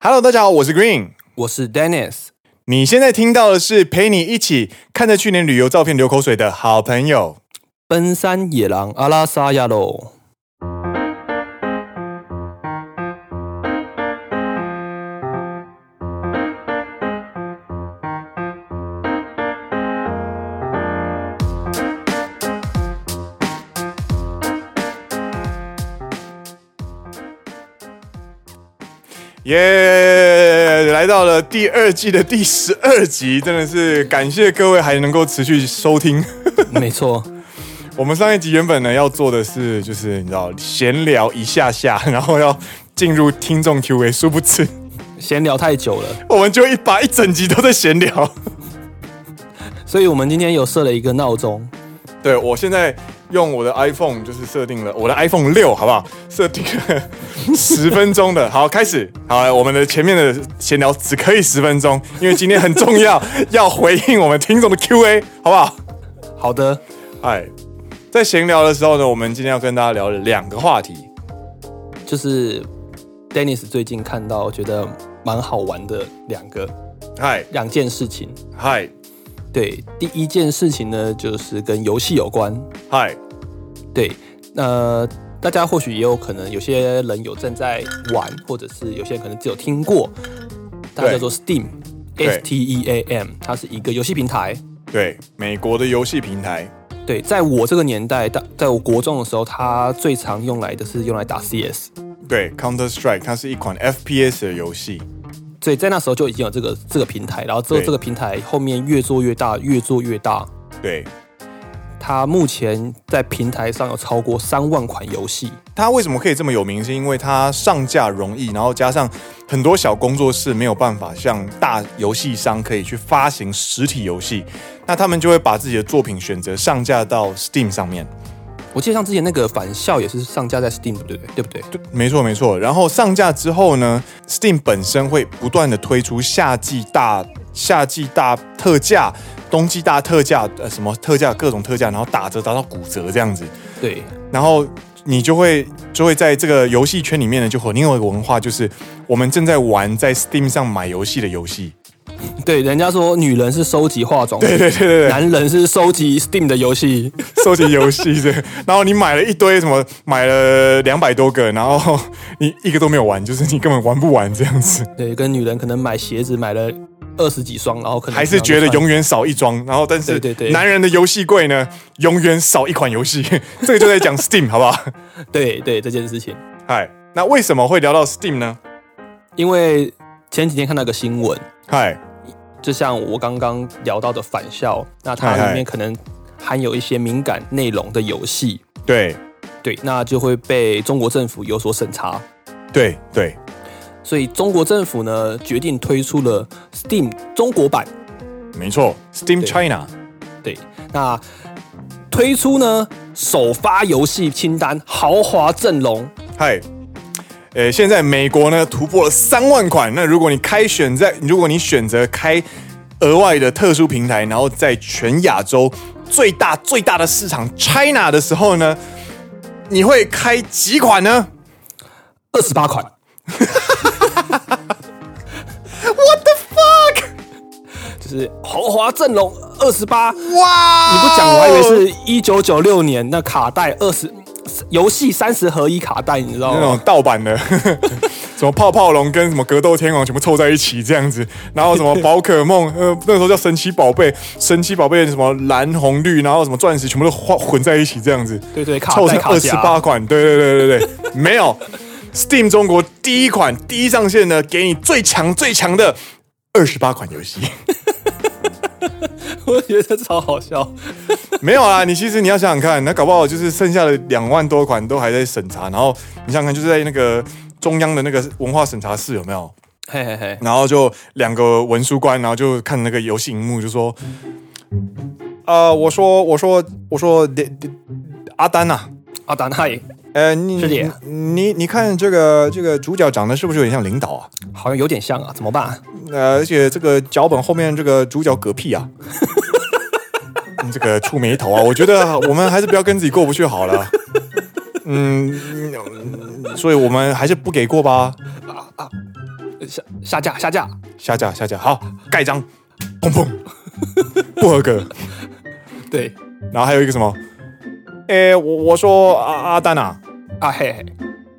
Hello，大家好，我是 Green。我是 Dennis。你现在听到的是陪你一起看着去年旅游照片流口水的好朋友。奔山野狼阿拉萨亚喽， 耶、来到了第二季的第十二集，真的是感谢各位还能够持续收听。 没错，我们上一集原本呢要做的是，就是你知道闲聊一下下， 然后要进入听众 Q&A，殊不知闲聊太久了，我们就一把一整集都在闲聊。所以我们今天有设了一个闹钟，对我现在用我的 iPhone 就是设定了我的 iPhone 六，好不好？设定了十分钟的， 好，开始，好，我们的前面的闲聊只可以十分钟，因为今天很重要，要回应我们听众的 Q&A，好不好？好的，哎，在闲聊的时候呢，我们今天要跟大家聊两个话题，就是 Dennis 最近看到觉得蛮好玩的两个嗨两件事情。嗨对，第一件事情呢，就是跟游戏有关。嗨，对，呃，大家或许也有可能，有些人有正在玩，或者是有些人可能只有听过，它对叫做 Steam，S 对 T E A M，它是一个游戏平台。对，美国的游戏平台，对，在我这个年代，大在我国中的时候，它最常用来的是用来打 CS，对 Counter Strike，它是一款 FPS 的游戏，所以在那时候就已经有这个这个平台，然后之后对这个平台后面越做越大，越做越大。对，它目前在平台上有超过三万款游戏，它为什么可以这么有名？是因为它上架容易，然后加上很多小工作室没有办法像大游戏商可以去发行实体游戏，那他们就会把自己的作品选择上架到 Steam 上面。我记得像之前那个返校也是上架在 Steam，对不对？对不对？对，没错没错。然后上架之后呢，Steam 本身会不断的推出夏季大夏季大特价、冬季大特价，呃，什么特价各种特价，然后打折打到骨折这样子。对，然后你就会就会在这个游戏圈里面呢，就和另外一个文化，就是我们正在玩在 Steam 上买游戏的游戏。 对，人家说女人是收集化妆品，对对对对男人是收集 Steam 的游戏，对，收集游戏这个， 然后你买了一堆什么，买了两百多个，然后你一个都没有玩，就是你根本玩不完这样 子，对，跟女人可能买鞋子买了二十几双，然后可能还是觉得平常就穿永远少一装。然后但是对对对男人的游戏柜呢，永远少一款游戏。 这个就在讲 Steam 好不好？对对这件事情，嗨，那为什么会聊到 Steam 呢？因为前几天看到一个新闻，嗨，就像我刚刚聊到的返校，那它嗨嗨里面可能含有一些敏感内容的游戏，对对，那就会被中国政府有所审查，对对，所以中国政府呢决定推出了 Steam 中国版。没错，Steam 对 China。对，那推出呢首发游戏清单豪华阵容，嗨，呃，现在美国呢突破了三万款。那如果你开选在，如果你选择开额外的特殊平台，然后在全亚洲最大最大的市场 China 的时候呢，你会开几款呢？二十八款。What the fuck？就是豪华阵容二十八，你哇！不讲我还以为是哦一九九六年那卡带二十游戏三十合一卡带，你知道那种吗？盗版的， 什么泡泡龙跟什么格斗天王全部凑在一起这样子，然后什么宝可梦，呃，那时候叫神奇宝贝，神奇宝贝什么蓝红绿，然后什么钻石全部都混混在一起这样子，对对卡带啊凑成卡二十夹八款，对对对对对 对，没有 Steam 中国第一款第一上线呢，给你最强最强的二十八款游戏。 我觉得超好笑。没有啊，你其实你要想想看，那搞不好就是剩下的两万多款都还在审查，然后你想想看，就是在那个中央的那个文化审查室有没有？嘿嘿嘿，然后就两个文书官，然后就看那个游戏荧幕，就说：“呃，我说，我说，我说，的的阿丹啊呐、阿达奈呃，你师姐你你看这个这个主角长得是不是有点像领导啊？好像有点像啊，怎么办、啊？呃，而且这个脚本后面这个主角嗝屁啊， 嗯这个触眉头啊，我觉得我们还是不要跟自己过不去好了。嗯，嗯所以我们还是不给过吧。呃下下架下架，下架下架，好，盖章，砰砰， 不合格。对然后还有一个什么？诶，我我说阿阿丹啊，啊嘿嘿，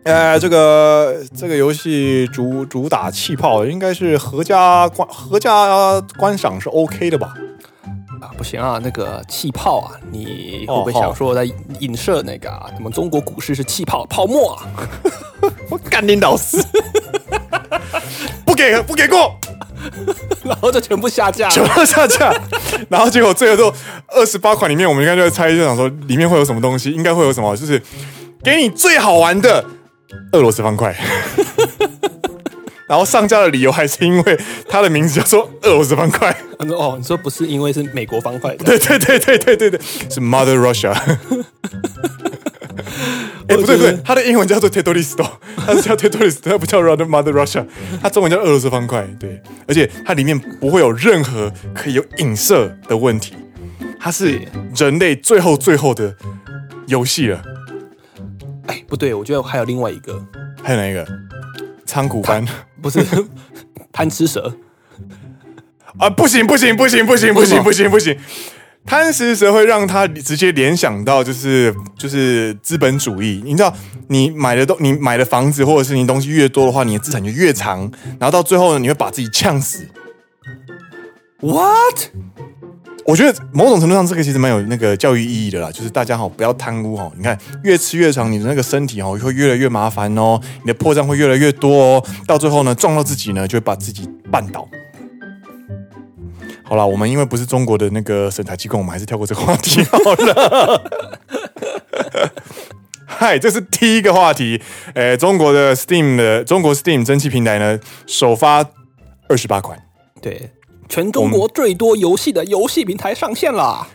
呃，这个这个游戏主主打气泡，应该是合家观合家观赏是 OK 的吧？啊不行啊，那个气泡啊，你会不会哦好想说在影射那个啊？什么中国股市是气泡泡沫啊？ 我干你老师， 不给不给过， 然后就全部下架全了。部下架。然后结果最后都二十八款里面，我们应该就在猜，就想说里面会有什么东西，应该会有什么，就是给你最好玩的俄罗斯方块。然后上架的理由还是因为它的名字叫做俄罗斯方块。 哦，你说不是因为是美国方块 的？对对对对对对对，是 Mother Russia。哎、不对不我觉对得，它的英文叫做 Tetoristo，它 是叫 Tetoristo，它不叫 Rather Mother Russia，它中文叫俄罗斯方块。对，而且它里面不会有任何可以有影射的问题，它是人类最后最后的游戏了。哎，不对，我觉得还有另外一个，还有哪一个？仓谷班不 是贪吃蛇。啊！不行不行不行不行不为什行么不行不行！贪食蛇会让他直接联想到就是就是资本主义，你知道，你买的东你买的房子或者是你东西越多的话，你的资产就越长，然后到最后呢，你会把自己呛死。 What？我觉得某种程度上，这个其实蛮有那个教育意义的啦，就是大家哈、不要贪污哈、哦你看越吃越长，你的那个身体哈、哦会越来越麻烦哦，你的破绽会越来越多哦，到最后呢撞到自己呢就会把自己绊倒。好啦，我们因为不是中国的那个审查机构，我们还是跳过这个话题好了。嗨，这是第一个话题。诶，中国的 Steam 的中国 Steam 蒸汽平台呢，首发二十八款。对，全中国最多游戏的游戏平台上线啦！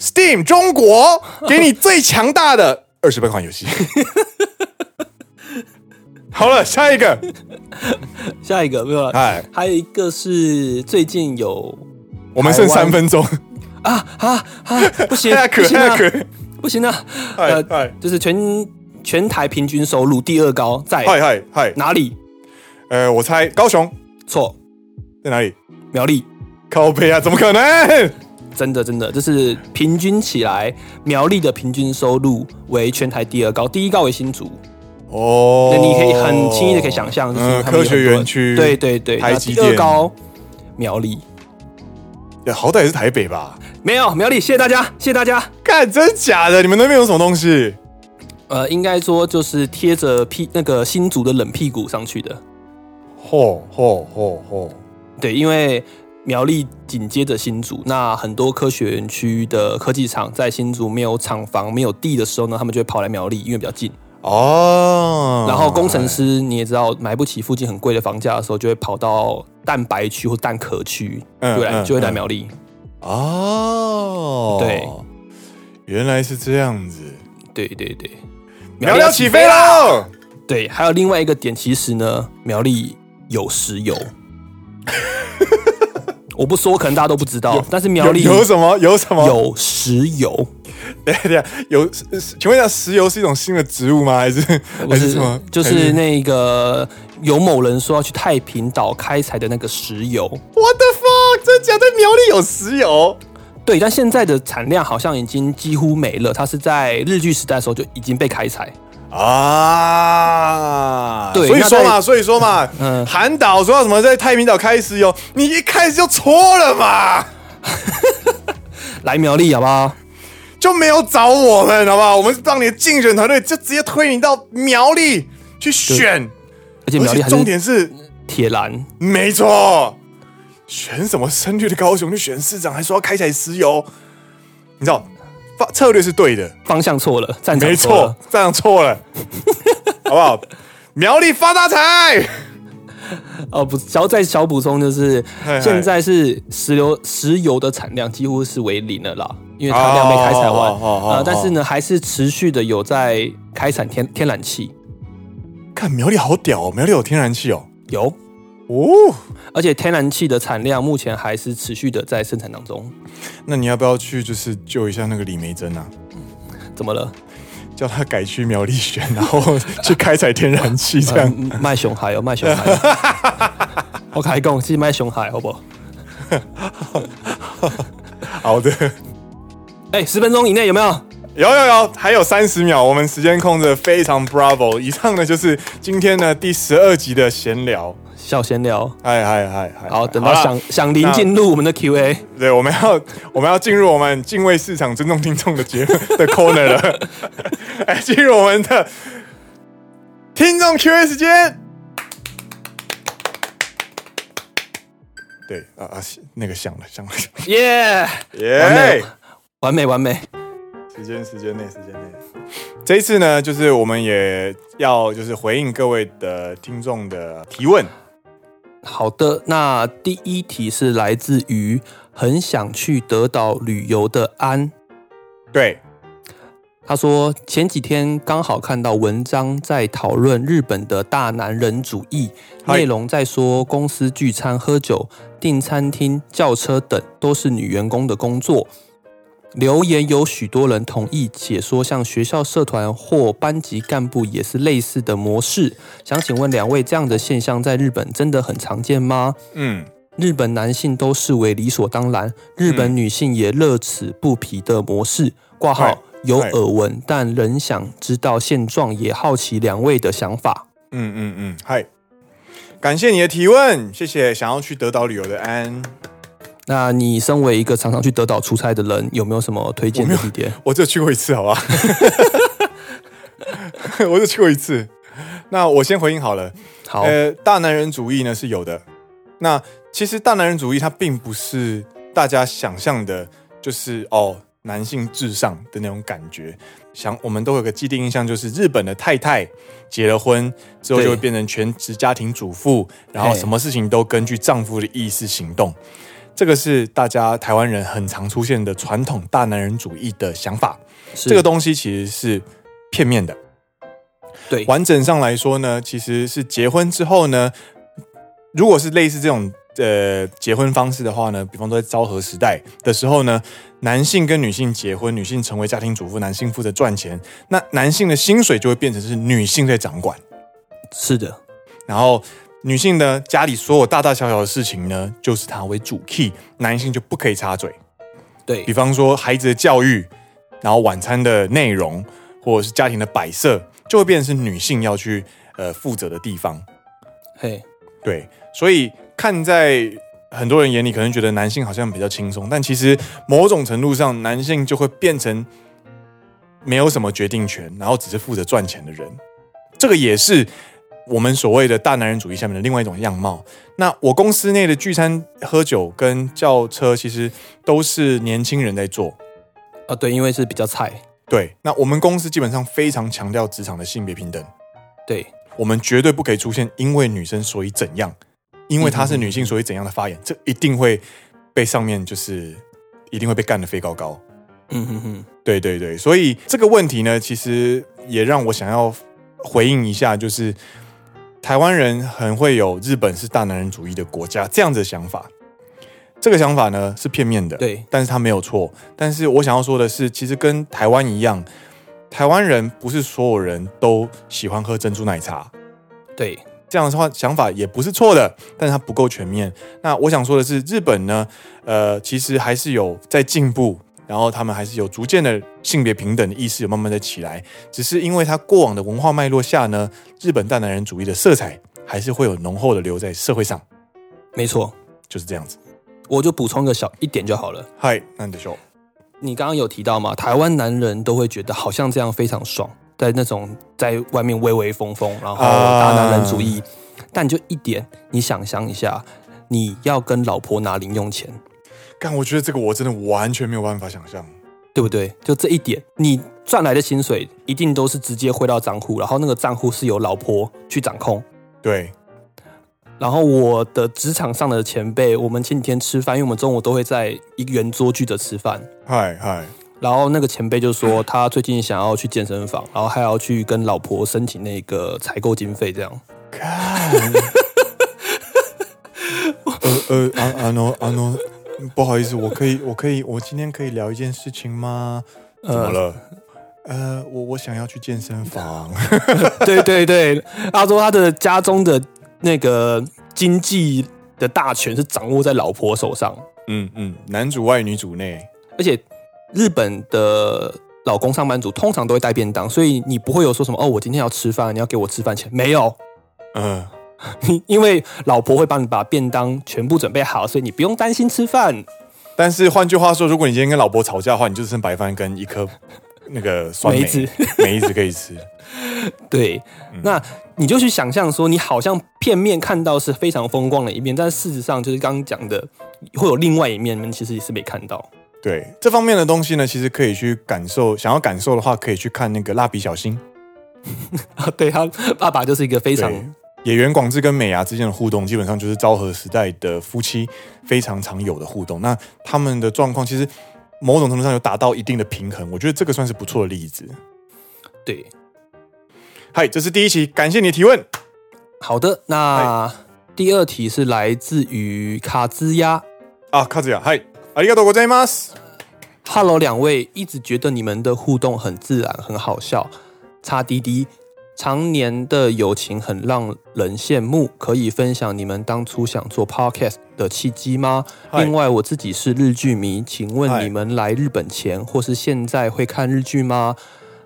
Steam 中国给你最强大的二十八款游戏。 好了，下一个，下一个没有了，哎，还有一个是最近有我们剩三分钟，啊啊啊！ 不行，大家不可行大家，啊可，不行啊！嗨呃，嗨就是全全台平均收入第二高在嗨嗨嗨，哪里？呃，我猜高雄错，在哪里？苗栗。靠背啊，怎么可能？真的，真的，就是平均起来，苗栗的平均收入为全台第二高，第一高为新竹。哦，那你可以很轻易的可以想象，就是嗯他们有科学很多园区对对对，台那积第二电高苗栗，对好歹也是台北吧？没有苗栗，谢谢大家，谢谢大家。干，真假的？你们那边有什么东西？呃，应该说就是贴着屁那个新竹的冷屁股上去的，吼吼吼吼！对，因为苗栗紧接着新竹，那很多科学园区的科技厂在新竹没有厂房、没有地的时候呢，他们就会跑来苗栗，因为比较近。哦，然后工程师你也知道，买不起附近很贵的房价的时候，就会跑到蛋白区或蛋壳区，嗯就会来嗯就会来嗯苗栗。哦，对，原来是这样子。对对对，聊聊起飞！喽！对，还有另外一个点，其实呢，苗栗有石油。我不说，可能大家都不知道，但是苗栗有有什么？有什么？有石油， 等一下，等一下，有。是是请问一下，石油是一种新的植物吗？还是不还是是什么？就是那个有某人说要去太平岛开采的那个石油， What the fuck？真假？在苗栗有石油？对，但现在的产量好像已经几乎没了，它是在日据时代的时候就已经被开采。啊，对所以那说嘛，在所以说嘛，嗯韩导说要什么在太平岛开石油，你一开始就错了嘛，来苗栗好不好？就没有找我们，好不好？我们让你的竞选团队就直接推你到苗栗去选，而且苗而栗且还重是点是铁栏，没错，选什么深绿的高雄去选市长，还说要开采石油，你知道，发策略是对的，方向错了，战场没错错了。，这样错了， 好不好？苗栗发大财，哦，不，然后再小补充就是嗨，现在是石油石油的产量几乎是为零了啦，因为它量被开采完哦哦哦哦哦呃，但是呢，还是持续的有在开采天天然气，看苗栗好屌哦，苗栗有天然气哦，有，哦，而且天然气的产量目前还是持续的在生产当中。那你要不要去就是救一下那个李梅珍啊？怎么了？叫他改去苗栗选，然后去开采天然气这样。 嗯卖熊海哦，卖熊海。哦 我开讲是卖熊海，好不好？好的，哎、十分钟以内有没有？有有有，还有三十秒，我们时间控制得非常 bravo。以上呢就是今天呢第十二集的闲聊。小闲聊。嗨嗨嗨嗨！好，等到啦响响铃进入我们的 Q&A，对，我们要 我们要进入我们敬畏市场、尊重听众的节目的 corner 了。哎，进入我们的听众 Q&A 时间。对啊啊，那个响了，响了，响了耶、完耶、美完美完美。时间时间内，时间内。这一次呢，就是我们也要就是回应各位的听众的提问。好的，那第一题是来自于很想去德岛旅游的安，对，他说前几天刚好看到文章在讨论日本的大男人主义，嗨内容在说公司聚餐、喝酒、订餐厅、叫车等都是女员工的工作。留言有许多人同意，且说像学校社团或班级干部也是类似的模式。想请问两位，这样的现象在日本真的很常见吗？嗯，日本男性都视为理所当然，日本女性也乐此不疲的模式。挂哎号有哎耳闻，但仍想知道现状，也好奇两位的想法。嗯嗯嗯，嗨，感谢你的提问，谢谢想要去德岛旅游的安。那你身为一个常常去德岛出差的人，有没有什么推荐的地点？我只有去过一次，好 吧？我只去过一次。那我先回应好了。好，呃，大男人主义呢是有的。那其实大男人主义它并不是大家想象的，就是哦男性至上的那种感觉。想我们都有个既定印象，就是日本的太太结了婚之后对就会变成全职家庭主妇，然后嘿什么事情都根据丈夫的意思行动。这个是大家台湾人很常出现的传统大男人主义的想法。是这个东西其实是片面的。对，完整上来说呢，其实是结婚之后呢，如果是类似这种呃结婚方式的话呢，比方说在昭和时代的时候呢，男性跟女性结婚，女性成为家庭主妇，男性负责赚钱，那男性的薪水就会变成是女性在掌管，是的，然后。女性呢，家里所有大大小小的事情呢，就是她为主 key，男性就不可以插嘴。比对，方说孩子的教育，然后晚餐的内容，或者是家庭的摆设，就会变成是女性要去呃负责的地方。嘿，对，所以看在很多人眼里，可能觉得男性好像比较轻松，但其实某种程度上，男性就会变成没有什么决定权，然后只是负责赚钱的人。这个也是我们所谓的大男人主义下面的另外一种样貌。那我公司内的聚餐、喝酒跟叫车，其实都是年轻人在做。啊，对，因为是比较菜，对，那我们公司基本上非常强调职场的性别平等。对，我们绝对不可以出现因为女生所以怎样，因为她是女性所以怎样的发言，这一定会被上面就是一定会被干得飞高高。嗯哼哼，对对对，所以这个问题呢，其实也让我想要回应一下，就是台湾人很会有日本是大男人主义的国家这样子的想法。这个想法呢是片面的，对，但是他没有错。但是我想要说的是，其实跟台湾一样，台湾人不是所有人都喜欢喝珍珠奶茶，对，这样的话想法也不是错的，但是它不够全面。那我想说的是，日本呢，呃，其实还是有在进步，然后他们还是有逐渐的性别平等的意识有慢慢的起来，只是因为它过往的文化脉络下呢，日本大男人主义的色彩还是会有浓厚的留在社会上，没错。就是这样子。我就补充个小一点就好了。嗨，那你的秀，你刚刚有提到嘛，台湾男人都会觉得好像这样非常爽，在那种在外面威威风风，然后大男人主义。但就一点，你想象一下，你要跟老婆拿零用钱，但我觉得这个我真的完全没有办法想象。对不对？就这一点，你赚来的薪水一定都是直接汇到账户，然后那个账户是由老婆去掌控。对，然后我的职场上的前辈，我们前几天吃饭，因为我们中午都会在一个圆桌聚着吃饭，嗨嗨，然后那个前辈就说，他最近想要去健身房，然后还要去跟老婆申请那个采购经费，这样。看， 呃呃，阿阿诺阿诺，不好意思，我可以，我可以，我今天可以聊一件事情吗？怎么了？呃，我我想要去健身房，对对对，他说他的家中的那个经济的大权是掌握在老婆手上，嗯嗯，男主外女主内，而且日本的老公上班族通常都会带便当，所以你不会有说什么哦，我今天要吃饭，你要给我吃饭钱，没有，嗯，你因为老婆会帮你把便当全部准备好，所以你不用担心吃饭。但是换句话说，如果你今天跟老婆吵架的话，你就剩白饭跟一颗那个酸梅梅子， 梅子可以吃。对，那你就去想象说，你好像片面看到是非常风光的一面，但事实上就是刚刚讲的，会有另外一面，你们其实也是没看到。 对这方面的东西呢，其实可以去感受。想要感受的话，可以去看那个《蜡笔小新》，啊，对他爸爸就是一个非常对野原广志跟美伢之间的互动，基本上就是昭和时代的夫妻非常常有的互动。那他们的状况其实某种程度上有达到一定的平衡，我觉得这个算是不错的例子。对。嗨，这是第一期，感谢你的提问。好的，那第二题是来自于卡兹亚。啊，卡子雅，嗨，ありがとうございます。 Hello，两位一直觉得你们的互动很自然，很好笑。擦滴滴，常年的友情很让人羡慕。可以分享你们当初想做 podcast 的契机吗？嗨另外，我自己是日剧迷，请嗨问你们来日本前或是现在会看日剧吗？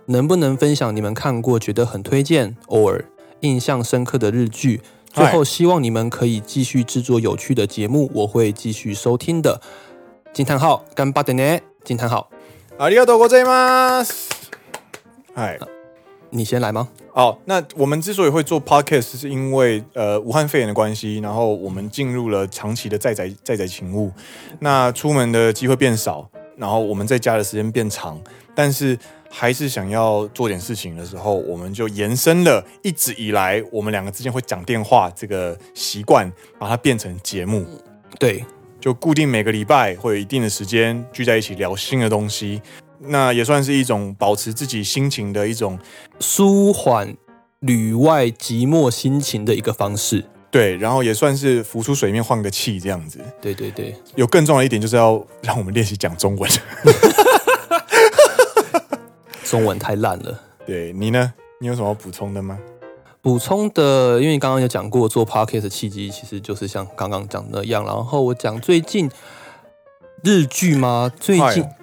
能不能分享你们看过觉得很推荐，偶尔印象深刻的日剧？最嗨后，希望你们可以继续制作有趣的节目，我会继续收听的。惊叹号，干巴的呢？惊叹号，ありがとうございます。嗨，你先来吗？哦，那我们之所以会做 podcast，是因为呃武汉肺炎的关系，然后我们进入了长期的在宅在宅勤务，那出门的机会变少，然后我们在家的时间变长，但是还是想要做点事情的时候，我们就延伸了一直以来我们两个之间会讲电话这个习惯，把它变成节目。对，就固定每个礼拜会有一定的时间聚在一起聊新的东西，那也算是一种保持自己心情的一种舒缓旅外寂寞心情的一个方式。对，然后也算是浮出水面换个气这样子。对对对，有更重要的一点就是要让我们练习讲中文。中文太烂了。对你呢？你有什么要补充的吗？补充的，因为刚刚有讲过做 podcast 的契机，其实就是像刚刚讲的那样。然后我讲最近日剧吗？最近哎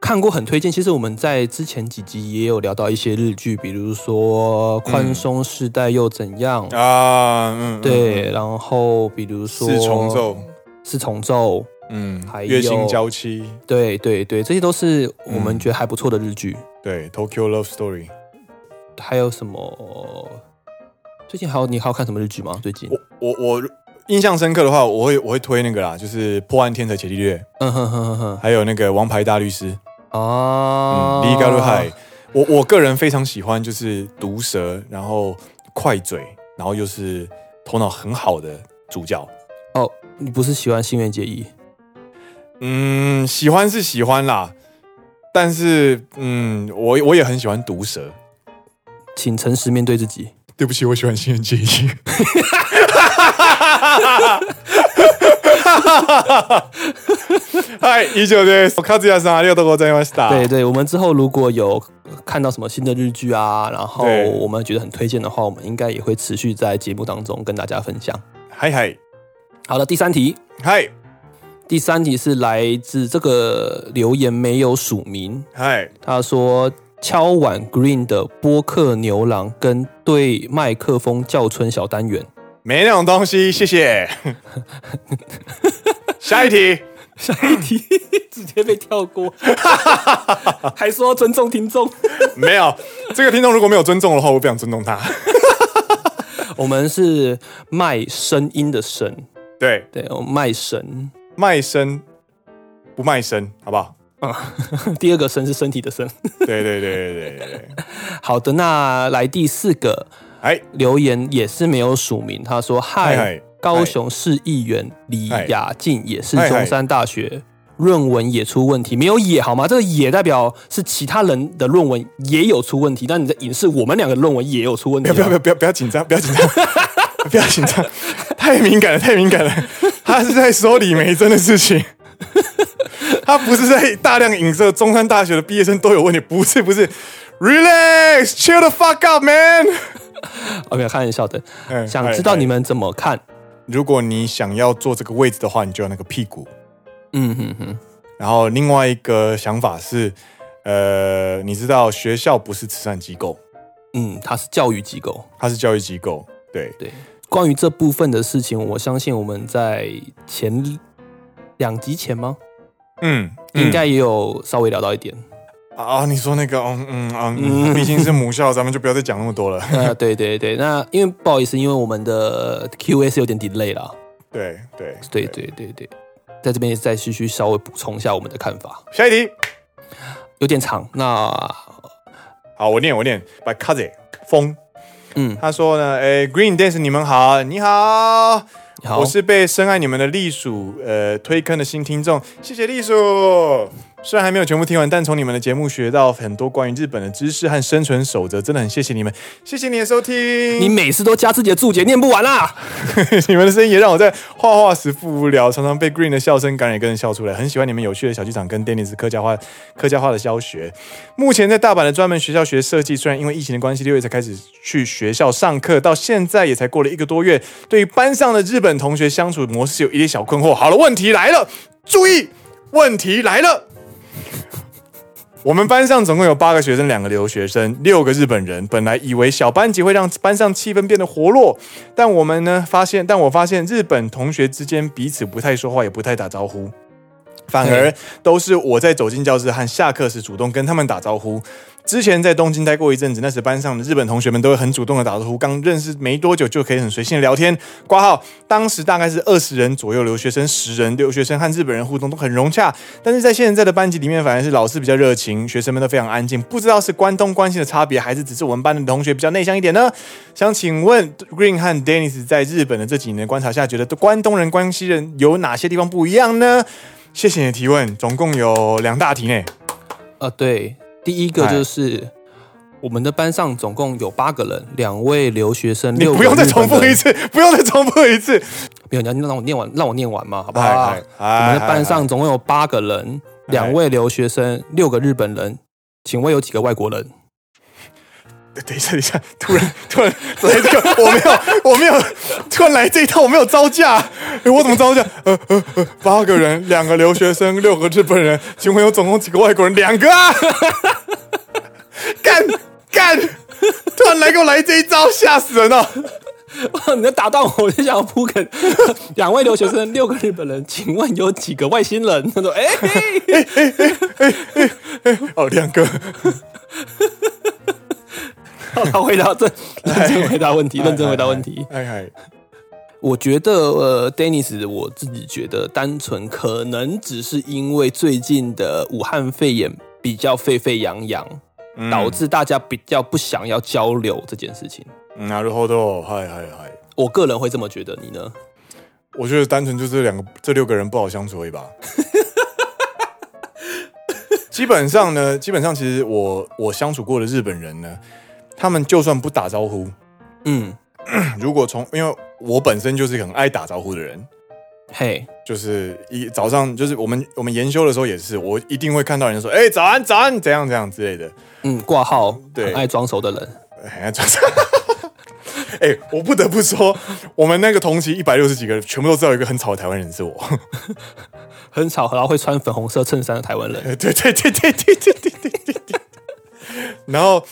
看过很推荐。其实我们在之前几集也有聊到一些日剧，比如说《宽松世代又怎样》啊，嗯，对，然后比如说四重奏，四重奏，嗯还，有月薪娇妻，对对对，这些都是我们嗯觉得还不错的日剧。对，Tokyo Love Story。还有什么？最近还有你还有看什么日剧吗？最近，我我我印象深刻的话，我会我会推那个啦，就是《破案天才伽利略》，嗯哼哼哼还有那个《王牌大律师》。哼啊，嗯，《Legal High》，我我个人非常喜欢，就是毒舌，然后快嘴，然后又是头脑很好的主角。哦你不是喜欢新垣结衣？嗯，喜欢是喜欢啦，但是嗯，我我也很喜欢毒舌。请诚实面对自己。对不起，我喜欢新人建议。 嗨，以上です。カズヤさんありがとうございました。对对，我们之后如果有看到什么新的日剧啊，然后对我们觉得很推荐的话，我们应该也会持续在节目当中跟大家分享。嗨嗨好了，第三题，嗨第三题是来自这个留言没有署名，嗨，他说敲碗 Green 的波克牛郎跟对麦克风叫春小单元。没那种东西，谢 谢。下一题。下一题直接被跳过， 还说尊重听众。没有，这个听众如果没有尊重的话，我不想尊重他。我们是卖声音的声，对，对，我们卖神。 卖身不卖身，好不好？啊，第二个声是身体的声。 对对对对对对对。好的，那来第四个哎，留言也是没有署名，他说：“嗨嗨嗨，，高雄市议员李雅静也是嗨中山大学论文也出问题，没有也好吗？这个也代表是其他人的论文也有出问题，但你在影视我们两个论文也有出问不题啊。要不要不要不要不要紧张，不要紧张， 不要紧张，太敏感了，太敏感了。他是在说李梅珍的事情，他不是在大量影射中山大学的毕业生都有问题，不是不是。 Relax，chill the fuck up, man。 OK，开玩笑的。嗯想知道你，们怎么看？哎哎如果你想要坐这个位置的话，你就有那个屁股。嗯哼哼，然后另外一个想法是，呃，你知道学校不是慈善机构，嗯，它是教育机构。它是教育机构，对，对，关于这部分的事情，我相信我们在前两集前吗？嗯，嗯应该也有稍微聊到一 点。啊，你说那个，嗯嗯啊，嗯毕竟是母校，咱们就不要再讲那么多 了。呃，对对对，那因为不好意思，因为我们的 Q&A 是有点 delay 啦。对对对，对对对，在这边也再继续稍微补充一下我们的看法，下一题，有点长。那好，我念我念，By Kaze 风，嗯，他说呢，诶 g r e e n Dance，你们好，你好，好，我是被深爱你们的栗鼠呃推坑的新听众，谢谢栗鼠。虽然还没有全部听完，但从你们的节目学到很多关于日本的知识和生存守则，真的很谢谢你们，谢谢你的收听。你每次都加自己的注解，念不完啊啦。 你们的声音也让我在画画时不无聊，常常被 Green 的笑声感染，跟着笑出来。很喜欢你们有趣的小剧场跟 Dennis 客家话客家话的教学。目前在大阪的专门学校学设计，虽然因为疫情的关系，六月才开始去学校上课，到现在也才过了一个多月。对于班上的日本同学相处模式有一点小困惑。好了，问题来了，注意，问题来了。我们班上总共有八个学生，两个留学生，六个日本人。本来以为小班级会让班上气氛变得活络，但我们呢发现，但我发现日本同学之间彼此不太说话，也不太打招呼，反而都是我在走进教室和下课时主动跟他们打招呼。之前在东京待过一阵子，那时班上的日本同学们都会很主动的打招呼，刚认识没多久就可以很随性的聊天。挂号，当时大概是二十人左右，留学生十人，留学生和日本人互动都很融洽。但是在现在的班级里面，反而是老师比较热情，学生们都非常安静。不知道是关东关西的差别，还是只是我们班的同学比较内向一点呢？想请问 Green 和 Dennis 在日本的这几年观察下，觉得关东人、关西人有哪些地方不一样呢？谢谢你的提问，总共有两大题呢。呃，对，第一个就是哎我们的班上总共有八个人，两位留学生，你六个不用再日本重复人一，次，不用再重复一次。没有，你要让我念完，让我念完嘛，好不好？哎我哎们的班上总共有八个人，哎两位留学生，六个日本人，请问有几个外 国人？哎等一下，等一下，突然突然来这个，我没有，我没有，突然来这一套，我没有招架，哎我怎么招架？呃呃呃，八个人，两个留学生，六个日本人，请问有总共几个外国人？两个啊！干干，突然来给我来这一招，吓死人了！你在打断我，我就想要铺 梗。两位留学生，六个日本人，请问有几个外星人？他说：“哎、嘿 哦，两个，好他回答这，认真回答问题，认真回答问题。哎哎，哎我觉得，呃，Dennis，我自己觉得，单纯可能只是因为最近的武汉肺炎比较沸沸扬扬，嗯导致大家比较不想要交流这件事情。嗯なるほど，嗨嗨嗨，我个人会这么觉得，你呢？我觉得单纯就这两个这六个人不好相处而已吧。 基本上呢，基本上其实我我相处过的日本人呢，他们就算不打招呼，嗯，如果从因为我本身就是一个很爱打招呼的人，嘿，就是一早上就是我们我们研修的时候也是，我一定会看到人说，哎、早安早安，怎样怎样之类的，嗯，挂号，对很爱装熟的人，哎，就是。 哎、我不得不说，我们那个同期一百六十几个人，全部都知道有一个很吵的台湾人是我。很吵，然后会穿粉红色衬衫的台 湾人。 对对对对对对对对对对。 然后，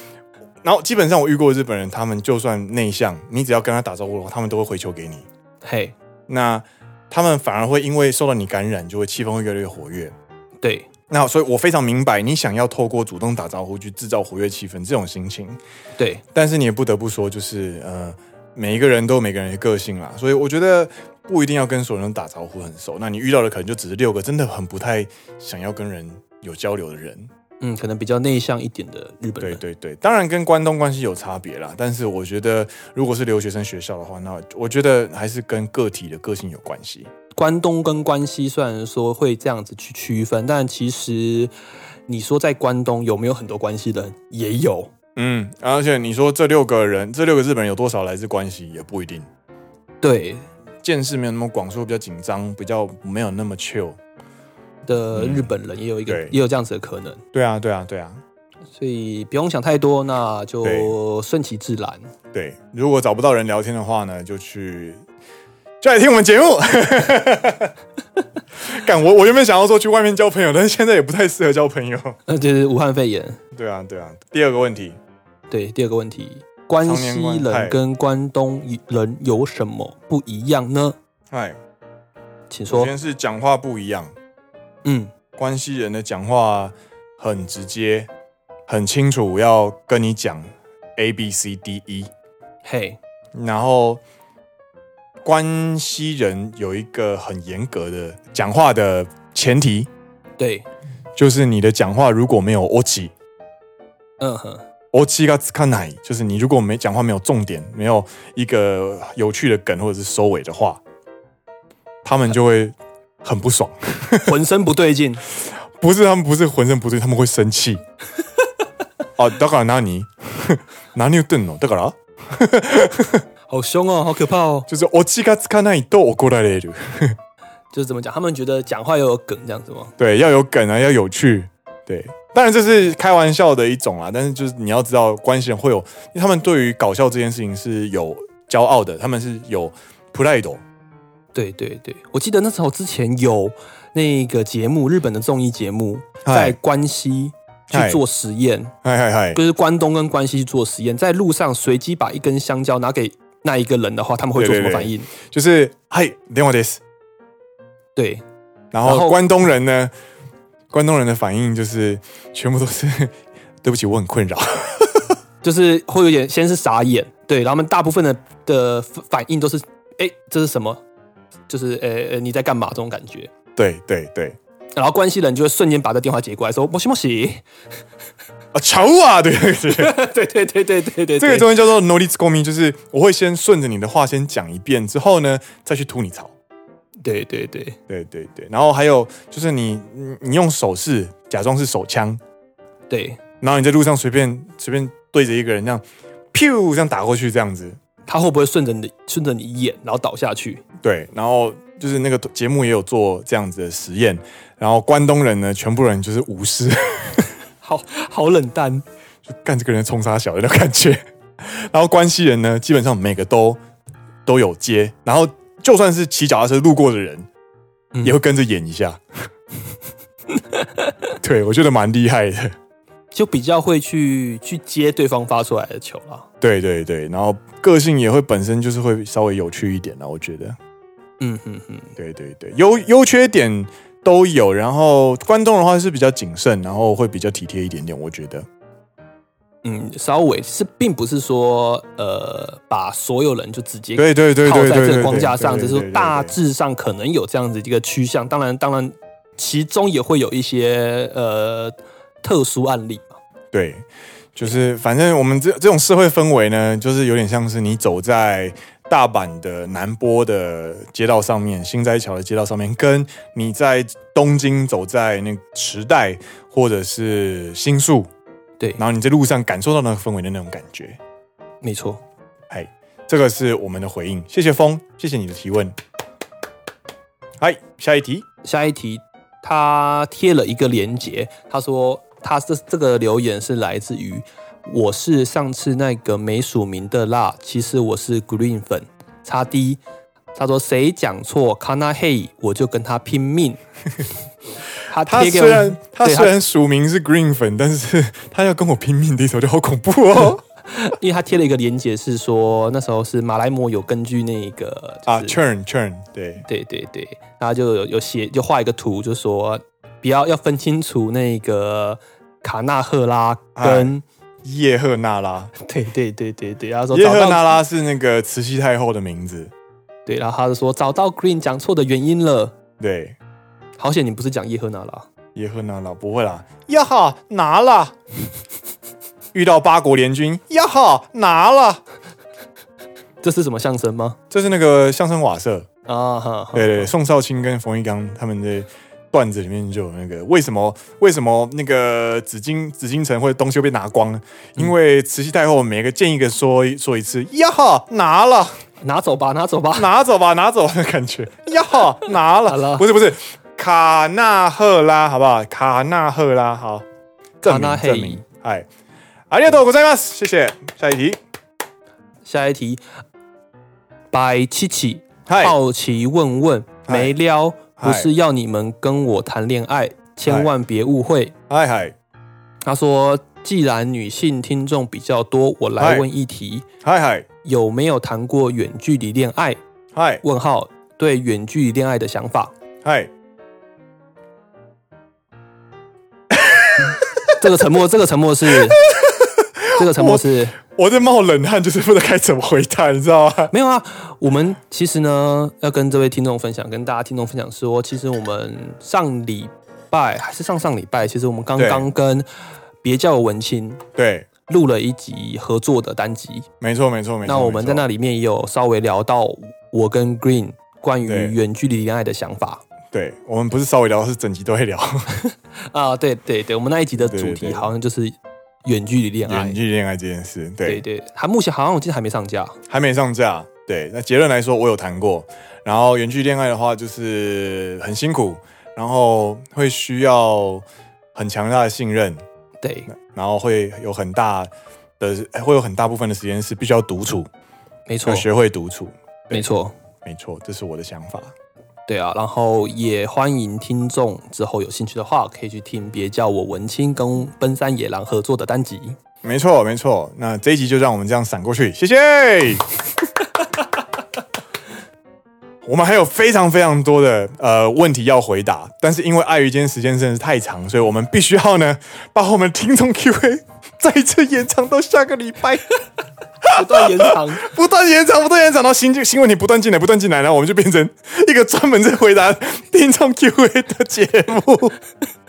然后基本上我遇过的日本人，他们就算内向，你只要跟他打招呼的话，他们都会回球给你。嘿，那他们反而会因为受到你感染，就会气氛会越来越活跃。对，那所以，我非常明白你想要透过主动打招呼去制造活跃气氛这种心情，对，但是你也不得不说，就是呃，每一个人都有每个人的个性啦，所以我觉得不一定要跟所有人打招呼很熟。那你遇到的可能就只是六个真的很不太想要跟人有交流的人，嗯，可能比较内向一点的日本对人。对对，当然跟关东关系有差别啦，但是我觉得如果是留学生学校的话，那我觉得还是跟个体的个性有关系。关东跟关西虽然说会这样子去区分，但其实你说在关东有没有很多关西人？也有。嗯，而且你说这六个人，这六个日本人有多少来自关系也不一定，对见识没有那么广，所以比较紧张，比较没有那么 chill。的日本人也有一嗯个，对也有这样子的可能。对啊，对啊，对啊，所以不用想太多，那就对顺其自然。 对，如果找不到人聊天的话呢，就去就来听我们节目。 干我我原本想要说去外面交朋友，但是现在也不太适合交朋友。 那就是武汉肺炎。对啊，对啊。第二个问题，对，第二个问题，关年西关嗨人跟关东人有什么不一样呢？哎，请首说。先是讲话不一样，嗯，关西人的讲话很直接，很清楚要跟你讲 A B C D E，嘿，然后关西人有一个很严格的讲话的前提，对，就是你的讲话如果没有 o 起嗯哼， o 起がつかない，就是你如果没讲话没有重点，没有一个有趣的梗或者是收尾的话，他们就会很不爽。 浑身不对劲。不是他们不是浑身不对，他们会生气。 哦，だから 何？何言ってんの？だから好凶哦，好可怕哦！就是オチがつかないと怒られる。就是怎么讲，他们觉得讲话要有梗这样子吗？对，要有梗啊，要有趣。对，当然这是开玩笑的一种啦，但是就是你要知道，关系人会有，因为他们对于搞笑这件事情是有骄傲的，他们是有 pride。对对对，我记得那时候之前有那个节目，日本的综艺节目，嗨在关西去嗨做实验，嗨嗨嗨，就是关东跟关西去做实验，在路上随机把一根香蕉拿给那一个人的话，他们会做什么对对对反应？就是嗨，電話です。对，然然后后关东人呢，关东人的反应就是全部都是 对不起，我很困扰。 就是会有点先是傻眼，对，然后他们大部分的的反应都是，哎，这是什么？就是呃呃你在干嘛这种感觉，对对对，然后关西人就会瞬间把这电话接过来说，莫西莫西，啊，潮啊， 对对对， 对对对对对对，这个东西叫做 n o l i s c o m i 就是我会先顺着你的话先讲一遍，之后呢再去吐你槽。对对对对对对，然后还有就是你你你用手势假装是手枪，对，然后你在路上随便随便对着一个人这样，噗这样打过去这样子，他会不会顺着你顺着你演，然后倒下去？对，然后就是那个节目也有做这样子的实验，然后关东人呢全部人就是无视， 好好冷淡，就干这个人冲杀小的那种感觉， 然后关西人呢基本上每个都都有接，然后就算是骑脚踏车路过的人。嗯也会跟着演一下。 对，我觉得蛮厉害的。就比较会去去接对方发出来的球啦。对对对，然后个性也会本身就是会稍微有趣一点啊啦，我觉得。嗯嗯嗯，对对对，优优缺点都有。然后关东的话是比较谨慎，然后会比较体贴一点点，我觉得。嗯，稍微是并不是说呃把所有人就直接对对对套对在对这个对，框架上，对只是说大。致上可能有这样子一个趋向。当然，当然其中也会有一些呃特殊案例嘛。对对对对，就是反正我们这这种社会氛围呢，就是有点像是你走在。大阪的南波的街道上面，新斋桥的街道上面，跟你在东京走在那个池袋或者是新宿，对，然后你在路上感受到那个氛围的那种感觉，没错。这个是我们的回应。谢谢风，谢谢你的提问。嗨，下一题。下一题，他贴了一个链接，他说他这这个留言是来自于我是上次那个没署名的啦，其实我是 Green 粉，差 D。他说谁讲错 Kana Hey，我就跟他 拼命。他他贴给虽我然他对虽然署名是 Green 粉，但是他要跟我拼命的一首就好恐怖哦因为他贴了一个链接，是说那时候是马来貘有根据那个、 就是、啊！Churn Churn，对对对对，然后就有有写就画一个图，就说不要要分清楚那个卡纳赫拉跟、叶赫那拉，对对对对对，然后说叶找赫到那拉是那个慈禧太后的名字。对，然后他就说找到 Green 讲错的原因了，对，好险你不是讲叶赫那拉，叶赫那拉不会啦，呀哈拿 了，遇到八国联军，呀哈拿了，这是什么相声吗？这是那个相声瓦舍。啊哈，哈对对，对宋少卿跟冯玉刚他们的段子里面就有那个为什么为什么那个紫禁紫禁城或者东西会被拿光呢？因为慈禧太后每个见一个说说一次呀哈拿了拿走吧，拿走吧，拿走吧拿走的感觉呀哈拿 好了了不是不是卡纳赫拉好不好卡纳赫拉好卡证纳明赫证明嗨，ありがとうございます，啊谢谢。下一题，下一题，白七七嗨好奇问问嗨没撩，嗨不是要你们跟我谈恋爱，千万别误会。嗨嗨他说，既然女性听众比较多，我嗨来问一题，嗨嗨有没有谈过远距离恋爱？嗨问号对远距离恋爱的 想法，嗨，这个沉默，这个沉 默是，这个沉默是我在冒冷汗，就是不知道该怎么回答，你知道吗？ 没有啊。我们其实呢，要跟这位听众分享，跟大家听众分享说，其实我们上礼拜还是上上礼拜，其实我们刚对刚跟别叫文青对，录了一集合作的单集，没错没错没错。那我们在那里面也有稍微聊到我跟 Green 关于对远距离恋爱的想法。对，我们不是稍微聊，是整集都 会聊啊，对对对，我们那一集的对主对题对好像就是远距离恋爱远。距恋爱这件事。对对，对，还目前好像我记得还没上架。还没上架。对，那结论来说，我有谈过。然后远距恋爱的话，就是很辛苦，然后会需要很强大的信任，对，然后会有很大的，会有很大部分的时间是必须要独处，没错要，学会独处。对没错，没错，这是我的想法。对啊。然后也欢迎听众之后有兴趣的话，可以去听别叫我文青跟奔山野狼合作的 单集。没错，没错。那这一集就让我们这样闪过去，谢谢。我们还有非常非常多的呃问题要回答，但是因为碍于今天时间真的是太长，所以我们必须要呢把我们的听众 Q&A 再次延长到下个礼拜，不断延长，不断延长，不断延长到新新问题不断进来，不断进来，然后我们就变成一个专门在回答听众 Q&A 的节目，。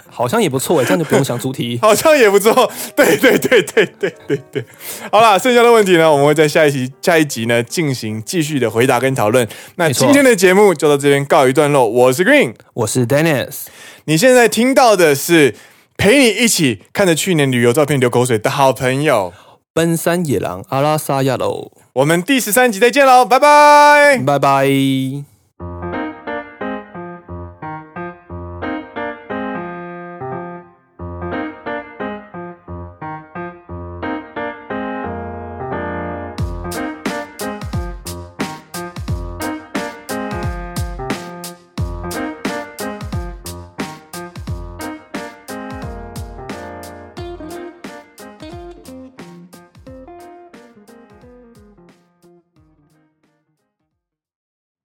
好像也不错哎，这样就不用想主题 好像也不错。对对对对对对对，好啦，剩下的问题呢，我们会在下一集下一集呢进行继续的回答跟讨论。那没错今天的节目就到这边告一段落，我是 Green，我是 Dennis，你现在听到的是陪你一起看着去年旅游照片流口水的好朋友。奔山野狼阿拉萨亚喽，我们第十三集再见喽，拜拜。拜拜。